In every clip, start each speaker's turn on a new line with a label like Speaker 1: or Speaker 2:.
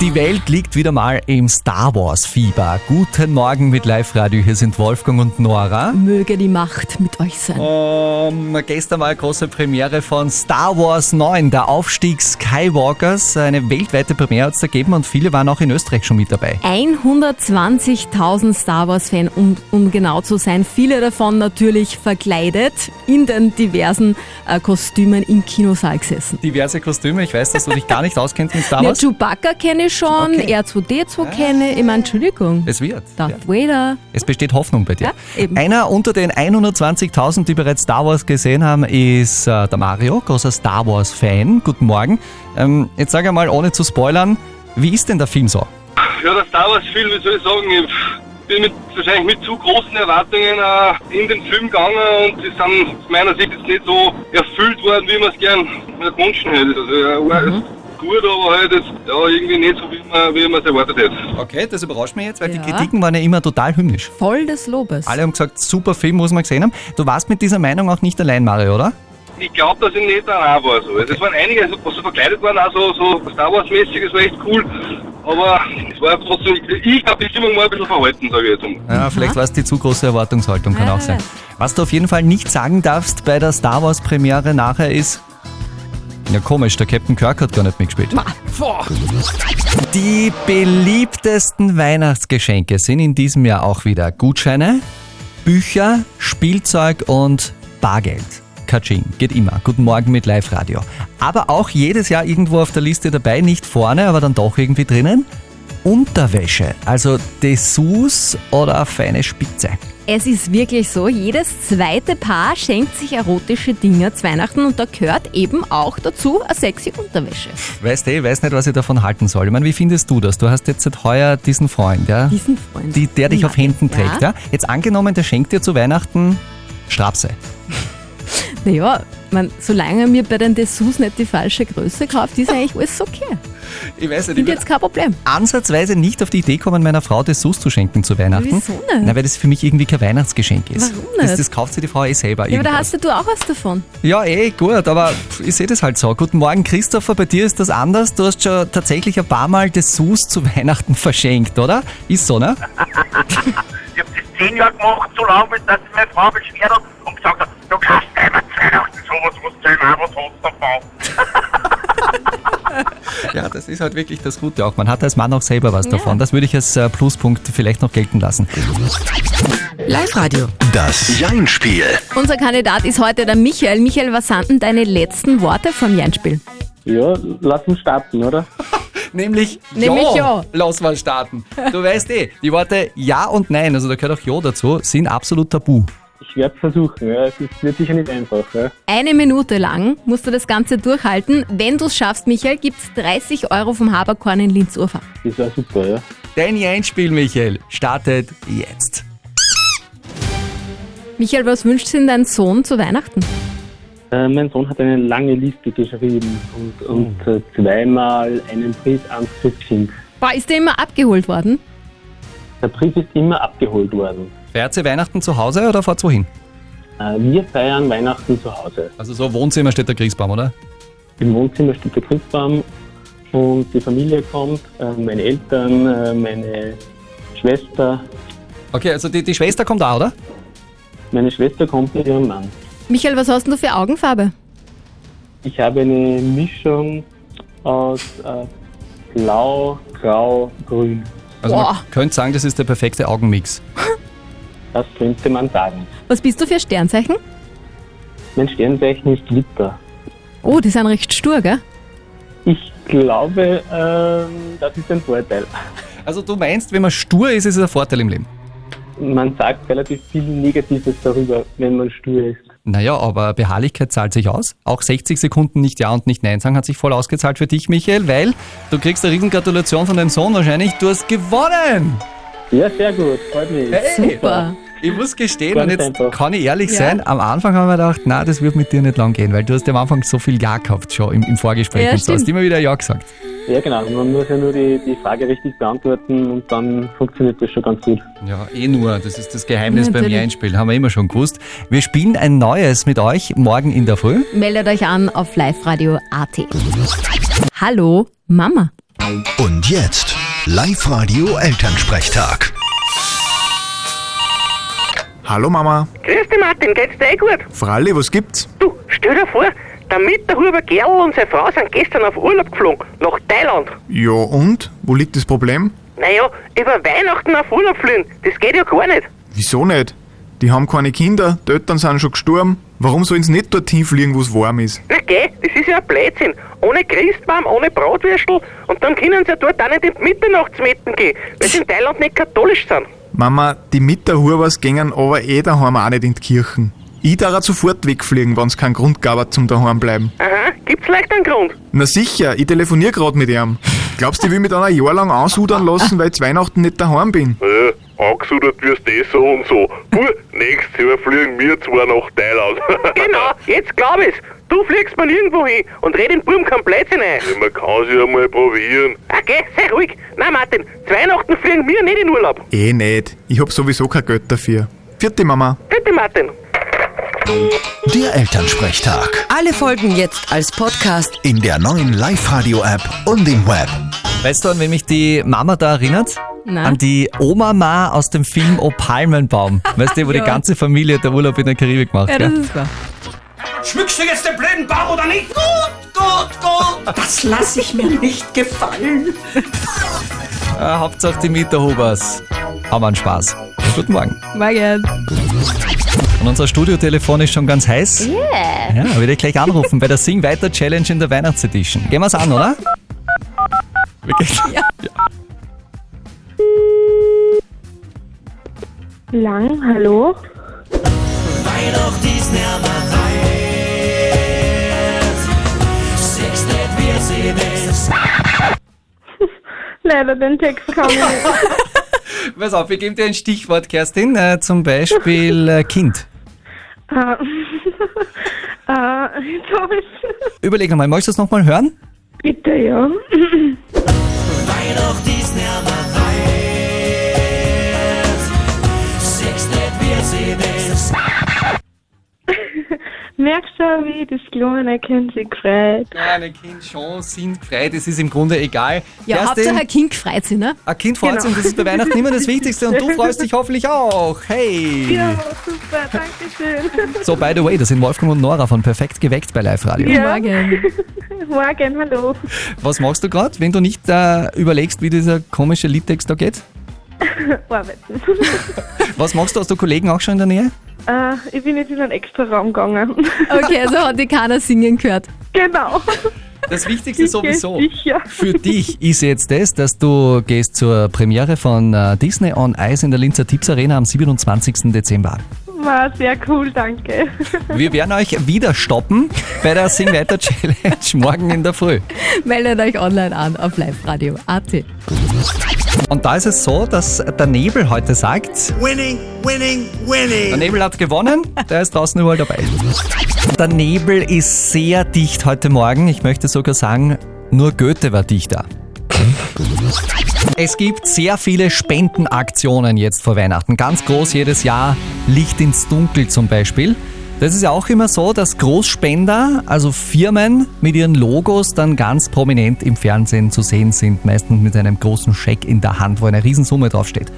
Speaker 1: Die Welt liegt wieder mal im Star Wars-Fieber. Guten Morgen mit Live-Radio. Hier sind Wolfgang und Nora.
Speaker 2: Möge die Macht mit euch sein.
Speaker 1: Ähm, gestern war eine große Premiere von Star Wars 9, der Aufstieg Skywalkers. Eine weltweite Premiere hat es da gegeben und viele waren auch in Österreich schon mit dabei.
Speaker 2: 120.000 Star Wars-Fan, um, um genau zu sein. Viele davon natürlich verkleidet in den diversen äh, Kostümen im Kinosaal gesessen.
Speaker 1: Diverse Kostüme. Ich weiß, dass du dich gar nicht auskennst mit Star
Speaker 2: Ne,
Speaker 1: Wars.
Speaker 2: Chewbacca kenne ich schon,
Speaker 1: Okay.
Speaker 2: R2D2 kenne ich, ich meine, Entschuldigung.
Speaker 1: Es wird. Ja.
Speaker 2: Darth Vader.
Speaker 1: Es besteht Hoffnung bei dir.
Speaker 2: Ja, eben.
Speaker 1: Einer unter den 120.000, die bereits Star Wars gesehen haben, ist äh, der Mario, großer Star Wars-Fan. Guten Morgen. Ähm, jetzt sag einmal, ohne zu spoilern, wie ist denn der Film so?
Speaker 3: Ja, der Star Wars-Film, wie soll ich sagen, ich bin mit, wahrscheinlich mit zu großen Erwartungen äh, in den Film gegangen und die sind aus meiner Sicht jetzt nicht so erfüllt worden, wie man es gern äh, gewünscht hätte. Also, ja, war jetzt gut, aber halt jetzt, ja, irgendwie nicht so, wie man wie man es erwartet hätte.
Speaker 1: Okay, das überrascht mich jetzt, weil
Speaker 2: Ja.
Speaker 1: die Kritiken waren ja immer total hymnisch.
Speaker 2: Voll des Lobes.
Speaker 1: Alle haben gesagt, super Film, muss man gesehen haben. Du warst mit dieser Meinung auch nicht allein, Mario, oder?
Speaker 3: Ich glaube, dass ich nicht allein war. So. Also, es waren einige, so, so verkleidet waren, auch so, so Star Wars-mäßig, es war echt cool, aber es war trotzdem, ich habe die Stimmung mal ein bisschen verhalten, sage ich jetzt mal.
Speaker 1: Ja, vielleicht war es die zu große Erwartungshaltung, kann
Speaker 2: Mhm. Ja,
Speaker 1: auch
Speaker 2: wer
Speaker 1: sein.
Speaker 2: weiß.
Speaker 1: Was du auf jeden Fall nicht sagen darfst bei der Star Wars Premiere nachher ist, ja komisch, der Captain Kirk hat gar nicht mitgespielt. Die beliebtesten Weihnachtsgeschenke sind in diesem Jahr auch wieder Gutscheine, Bücher, Spielzeug und Bargeld. Katsching, geht immer. Guten Morgen mit Live-Radio. Aber auch jedes Jahr irgendwo auf der Liste dabei, nicht vorne, aber dann doch irgendwie drinnen. Unterwäsche, also Dessous oder feine Spitze.
Speaker 2: Es ist wirklich so, jedes zweite Paar schenkt sich erotische Dinge zu Weihnachten und da gehört eben auch dazu eine sexy Unterwäsche.
Speaker 1: Weißt du, ich weiß nicht, was ich davon halten soll. Ich meine, wie findest du das? Du hast jetzt seit heuer diesen Freund, ja?
Speaker 2: Diesen Freund.
Speaker 1: Die, der dich auf Händen
Speaker 2: Ja.
Speaker 1: trägt, ja? Jetzt angenommen, der schenkt dir zu Weihnachten Strapse.
Speaker 2: Naja, man, solange er mir bei den Dessous nicht die falsche Größe kauft, ist eigentlich alles okay.
Speaker 1: Ich weiß nicht,
Speaker 2: Finde jetzt kein Problem.
Speaker 1: ansatzweise nicht auf die Idee kommen, meiner Frau Dessous zu schenken zu Weihnachten.
Speaker 2: Wieso nicht?
Speaker 1: Na, weil das für mich irgendwie kein Weihnachtsgeschenk ist.
Speaker 2: Warum
Speaker 1: Das,
Speaker 2: nicht?
Speaker 1: das kauft sich die Frau eh selber.
Speaker 2: Ja, aber da
Speaker 1: irgendwas.
Speaker 2: hast ja du auch was davon.
Speaker 1: ja eh, gut, aber pff, ich sehe das halt so. Guten Morgen, Christopher, bei dir ist das anders. Du hast schon tatsächlich ein paar Mal Dessous zu Weihnachten verschenkt, oder? Ist so, ne?
Speaker 4: Ich habe das zehn Jahre gemacht, so lange, bis dass ich meine Frau beschwert hat und gesagt hat, du kannst einmal zu Weihnachten sowas, was du immer, was hast du davon?
Speaker 1: Ja, das ist halt wirklich das Gute auch. Man hat als Mann auch selber was
Speaker 2: Ja.
Speaker 1: davon. Das würde ich als äh, Pluspunkt vielleicht noch gelten lassen.
Speaker 5: Live-Radio.
Speaker 6: Das Jein-Spiel.
Speaker 2: Unser Kandidat ist heute der Michael. Michael, was sind denn deine letzten Worte vom Jeinspiel?
Speaker 7: Ja, lass uns starten, oder?
Speaker 1: Nämlich
Speaker 2: Nämlich ja.
Speaker 1: Los mal starten. Du weißt eh, die Worte Ja und Nein, also da gehört auch Jo dazu, sind absolut tabu.
Speaker 7: Ich werde versuchen, ja. Es ist- wird sicher nicht einfach, ja.
Speaker 2: Eine Minute lang musst du das Ganze durchhalten. Wenn du es schaffst, Michael, gibt's 30 Euro vom Haberkorn in Linz-Urfahr.
Speaker 7: Das war super, ja.
Speaker 1: Dein Jein-Spiel, Michael, startet jetzt.
Speaker 2: Michael, was wünscht sich denn dein Sohn zu Weihnachten?
Speaker 7: Äh, mein Sohn hat eine lange Liste geschrieben und, und äh, zweimal einen Brief ans Christkind.
Speaker 2: Boah, ist der immer abgeholt worden?
Speaker 7: Der Brief ist immer abgeholt worden.
Speaker 1: Feiert sie Weihnachten zu Hause oder fahrt wohin?
Speaker 7: Äh, wir feiern Weihnachten zu Hause.
Speaker 1: Also so Wohnzimmer steht der Christbaum, oder?
Speaker 7: Im Wohnzimmer steht der Christbaum und die Familie kommt, äh, meine Eltern, äh, meine Schwester.
Speaker 1: Okay, also die, die Schwester kommt auch, oder?
Speaker 7: Meine Schwester kommt mit ihrem Mann.
Speaker 2: Michael, was hast denn du für Augenfarbe?
Speaker 7: Ich habe eine Mischung aus äh, Blau, Grau, Grün.
Speaker 1: Also
Speaker 2: Boah.
Speaker 1: man könnte sagen, das ist der perfekte Augenmix.
Speaker 7: Das könnte man sagen.
Speaker 2: Was bist du für Sternzeichen?
Speaker 7: Mein Sternzeichen ist Witter.
Speaker 2: Oh, die sind recht stur, gell?
Speaker 7: Ich glaube, ähm, das ist ein Vorteil.
Speaker 1: Also du meinst, wenn man stur ist, ist es ein Vorteil im Leben?
Speaker 7: Man sagt relativ viel Negatives darüber, wenn man stur ist.
Speaker 1: Naja, aber Beharrlichkeit zahlt sich aus. Auch 60 Sekunden nicht Ja und nicht Nein sagen hat sich voll ausgezahlt für dich, Michael, weil du kriegst eine Riesengratulation von deinem Sohn wahrscheinlich. Du hast gewonnen!
Speaker 7: Ja, sehr gut, freut mich.
Speaker 1: Hey!
Speaker 2: Super.
Speaker 1: Ich muss gestehen, und
Speaker 7: Ganz
Speaker 1: jetzt
Speaker 7: einfach.
Speaker 1: kann ich ehrlich
Speaker 2: Ja.
Speaker 1: sein, am Anfang haben wir gedacht, na, das wird mit dir nicht lang gehen, weil du hast ja am Anfang so viel Ja gehabt schon im, im Vorgespräch
Speaker 2: Ja,
Speaker 1: und so. hast
Speaker 2: stimmt.
Speaker 1: immer wieder Ja gesagt.
Speaker 7: Ja, genau. Man muss ja nur die, die Frage richtig beantworten und dann funktioniert das schon ganz gut.
Speaker 1: Ja, eh nur. Das ist das Geheimnis beim
Speaker 2: Natürlich.
Speaker 1: Ja-Einspielen. Haben wir immer schon gewusst. Wir spielen ein neues mit euch morgen in der Früh.
Speaker 2: Meldet euch an auf liveradio.at. Hallo, Mama.
Speaker 6: Und jetzt Live-Radio Elternsprechtag.
Speaker 8: Hallo Mama.
Speaker 9: Grüß dich Martin, geht's dir eh gut?
Speaker 8: Fralli, was gibt's?
Speaker 9: Du, stell dir vor, der Mieter Huber Gerl und seine Frau sind gestern auf Urlaub geflogen, nach Thailand.
Speaker 8: Ja und? Wo liegt das Problem?
Speaker 9: Naja, über Weihnachten auf Urlaub fliegen, das geht ja gar nicht.
Speaker 8: Wieso nicht? Die haben keine Kinder, die Eltern sind schon gestorben. Warum sollen sie nicht dorthin fliegen, wo es warm ist?
Speaker 9: Na geh, das ist ja ein Blödsinn. Ohne Christbaum, ohne Bratwürstel und dann können sie ja dort auch nicht in die Mitternachtsmitten gehen, weil sie in Thailand nicht katholisch sind.
Speaker 8: Mama, die Mitterhubers gingen aber eh daheim auch nicht in die Kirchen. Ich darf sofort wegfliegen, wenn's keinen Grund gab, zum daheim bleiben.
Speaker 9: Aha, gibt's leicht einen Grund?
Speaker 8: Na sicher, ich telefoniere gerade mit ihm. Glaubst du, ich will mich dann ein Jahr lang aushudern lassen, weil ich zu Weihnachten nicht daheim bin?
Speaker 4: Äh, angesudert wirst du eh so und so. Puh, nächstes Jahr fliegen wir zwar nach Thailand.
Speaker 9: Genau, jetzt glaub ich's. Du fliegst mal irgendwo hin und red den Buben kein Blödsinn ein.
Speaker 4: Man kann sich ja mal probieren.
Speaker 9: Okay, sei ruhig. Nein Martin, zu Weihnachten fliegen wir nicht in Urlaub.
Speaker 8: Eh nicht. Ich hab sowieso kein Geld dafür. Vierte Mama.
Speaker 9: Bitte Martin.
Speaker 6: Der Elternsprechtag.
Speaker 5: Alle Folgen jetzt als Podcast.
Speaker 6: In der neuen Live-Radio-App und im Web.
Speaker 1: Weißt du, an wen mich die Mama da erinnert?
Speaker 2: Na?
Speaker 1: An die Oma Ma aus dem Film O Palmenbaum. Weißt du, wo die
Speaker 2: Ja.
Speaker 1: ganze Familie der Urlaub in der Karibik macht,
Speaker 2: Ja, das
Speaker 1: gell?
Speaker 2: ist wahr.
Speaker 10: Schmückst du jetzt den blöden Baum oder nicht? Gut, gut, gut. Das lasse ich mir nicht gefallen.
Speaker 1: Äh, Hauptsache die Mieterhubers. Haben einen Spaß. Guten Morgen.
Speaker 2: Morgen.
Speaker 1: Und unser Studiotelefon ist schon ganz heiß. Yeah. Ja, würde ich gleich anrufen bei der Sing Weiter Challenge in der Weihnachtsedition. Gehen wir's an, oder? Wirklich?
Speaker 9: Lang, hallo? Leider den Text kann ich nicht.
Speaker 1: Pass auf, wir geben dir ein Stichwort, Kerstin. Äh, zum Beispiel äh, Kind.
Speaker 9: Ah. Ah, jetzt hab ich's.
Speaker 1: Überleg einmal, möchtest du es nochmal hören?
Speaker 9: Bitte, ja. Merkst du, wie das kleine Kind sich gefreut?
Speaker 1: Kleine Kind, schon, sind frei, das ist im Grunde egal.
Speaker 2: Ja, Hauptsache ein Kind freut sich, ne?
Speaker 1: ein Kind freut sich und das ist bei
Speaker 9: Genau.
Speaker 1: Weihnachten immer das Wichtigste und du freust dich hoffentlich auch. Hey!
Speaker 9: Ja, super, danke schön.
Speaker 1: So, by the way, das sind Wolfgang und Nora von Perfekt geweckt bei Live Radio.
Speaker 9: Ja.
Speaker 2: Morgen.
Speaker 9: Morgen, hallo.
Speaker 1: Was machst du gerade, wenn du nicht äh, überlegst, wie dieser komische Liedtext da geht?
Speaker 9: Arbeiten.
Speaker 1: Was machst du? Hast du Kollegen auch schon in der Nähe?
Speaker 9: Ah, ich bin jetzt in einen extra Raum gegangen.
Speaker 2: Okay, also hat die keiner singen gehört.
Speaker 9: genau.
Speaker 1: Das Wichtigste sowieso.
Speaker 9: Sicher.
Speaker 1: Für dich ist jetzt das, dass du gehst zur Premiere von äh, Disney on Ice in der Linzer Tipps Arena am 27. Dezember.
Speaker 9: War sehr cool, danke.
Speaker 1: Wir werden euch wieder stoppen bei der Sing Weiter Challenge morgen in der Früh.
Speaker 2: Meldet euch online an auf liveradio.at.
Speaker 1: Und da ist es so, dass der Nebel heute sagt,
Speaker 10: Winning, winning, winning.
Speaker 1: der Nebel hat gewonnen, der ist draußen überall dabei. Der Nebel ist sehr dicht heute Morgen. Ich möchte sogar sagen, nur Goethe war dichter. Es gibt sehr viele Spendenaktionen jetzt vor Weihnachten. Ganz groß jedes Jahr. Licht ins Dunkel zum Beispiel. Das ist ja auch immer so, dass Großspender, also Firmen mit ihren Logos dann ganz prominent im Fernsehen zu sehen sind. Meistens mit einem großen Scheck in der Hand, wo eine Riesensumme draufsteht.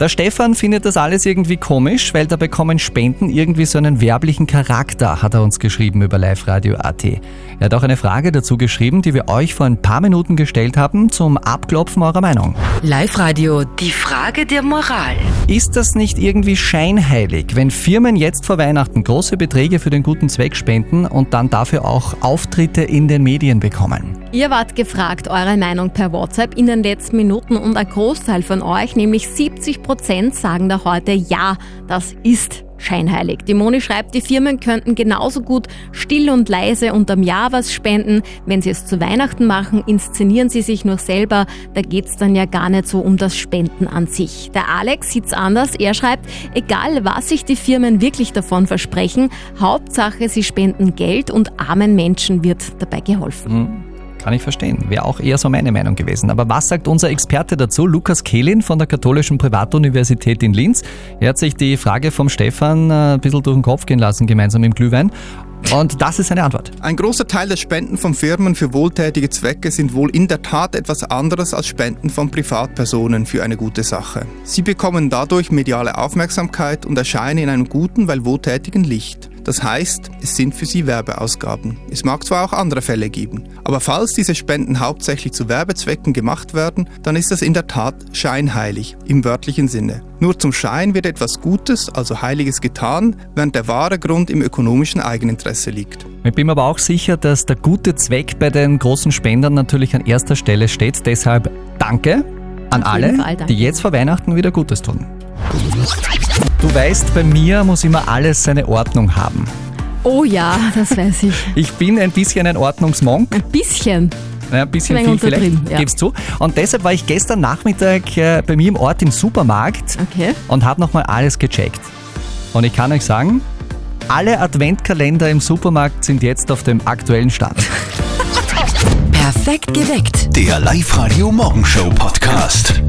Speaker 1: Der Stefan findet das alles irgendwie komisch, weil da bekommen Spenden irgendwie so einen werblichen Charakter, hat er uns geschrieben über liveradio.at. Er hat auch eine Frage dazu geschrieben, die wir euch vor ein paar Minuten gestellt haben, zum Abklopfen eurer Meinung.
Speaker 5: Live-Radio. Die Frage der Moral.
Speaker 1: Ist das nicht irgendwie scheinheilig, wenn Firmen jetzt vor Weihnachten große Beträge für den guten Zweck spenden und dann dafür auch Auftritte in den Medien bekommen?
Speaker 2: Ihr wart gefragt, eure Meinung per WhatsApp in den letzten Minuten und ein Großteil von euch, nämlich 70 Prozent, sagen da heute ja, das ist scheinheilig. Die Moni schreibt, die Firmen könnten genauso gut still und leise unterm Jahr was spenden. Wenn sie es zu Weihnachten machen, inszenieren sie sich nur selber. Da geht's dann ja gar nicht so um das Spenden an sich. Der Alex sieht's anders. Er schreibt, egal was sich die Firmen wirklich davon versprechen, Hauptsache sie spenden Geld und armen Menschen wird dabei geholfen.
Speaker 1: Hm, Kann ich verstehen. Wäre auch eher so meine Meinung gewesen. Aber was sagt unser Experte dazu? Lukas Kehlin von der Katholischen Privatuniversität in Linz. Er hat sich die Frage vom Stefan äh, ein bisschen durch den Kopf gehen lassen, gemeinsam im Glühwein. Und das ist seine Antwort.
Speaker 11: Ein großer Teil der Spenden von Firmen für wohltätige Zwecke sind wohl in der Tat etwas anderes als Spenden von Privatpersonen für eine gute Sache. Sie bekommen dadurch mediale Aufmerksamkeit und erscheinen in einem guten, weil wohltätigen Licht. Das heißt, es sind für sie Werbeausgaben. Es mag zwar auch andere Fälle geben, aber falls diese Spenden hauptsächlich zu Werbezwecken gemacht werden, dann ist das in der Tat scheinheilig im wörtlichen Sinne. Nur zum Schein wird etwas Gutes, also Heiliges getan, während der wahre Grund im ökonomischen Eigeninteresse liegt.
Speaker 1: Ich bin mir aber auch sicher, dass der gute Zweck bei den großen Spendern natürlich an erster Stelle steht. Deshalb danke an
Speaker 2: Auf
Speaker 1: alle,
Speaker 2: jeden Fall, danke.
Speaker 1: die jetzt vor Weihnachten wieder Gutes tun. Du weißt, bei mir muss immer alles seine Ordnung haben.
Speaker 2: Oh ja, das weiß ich.
Speaker 1: Ich bin ein bisschen ein Ordnungsmonk.
Speaker 2: Ein bisschen.
Speaker 1: Naja, ein bisschen
Speaker 2: Ein
Speaker 1: viel
Speaker 2: wenig
Speaker 1: vielleicht,
Speaker 2: untertrieben, ja.
Speaker 1: gibst zu. Und deshalb war ich gestern Nachmittag äh, bei mir im Ort im Supermarkt
Speaker 2: Okay.
Speaker 1: und habe nochmal alles gecheckt. Und ich kann euch sagen, alle Adventkalender im Supermarkt sind jetzt auf dem aktuellen Stand.
Speaker 5: Perfekt geweckt.
Speaker 6: Der Live-Radio Morgenshow Podcast.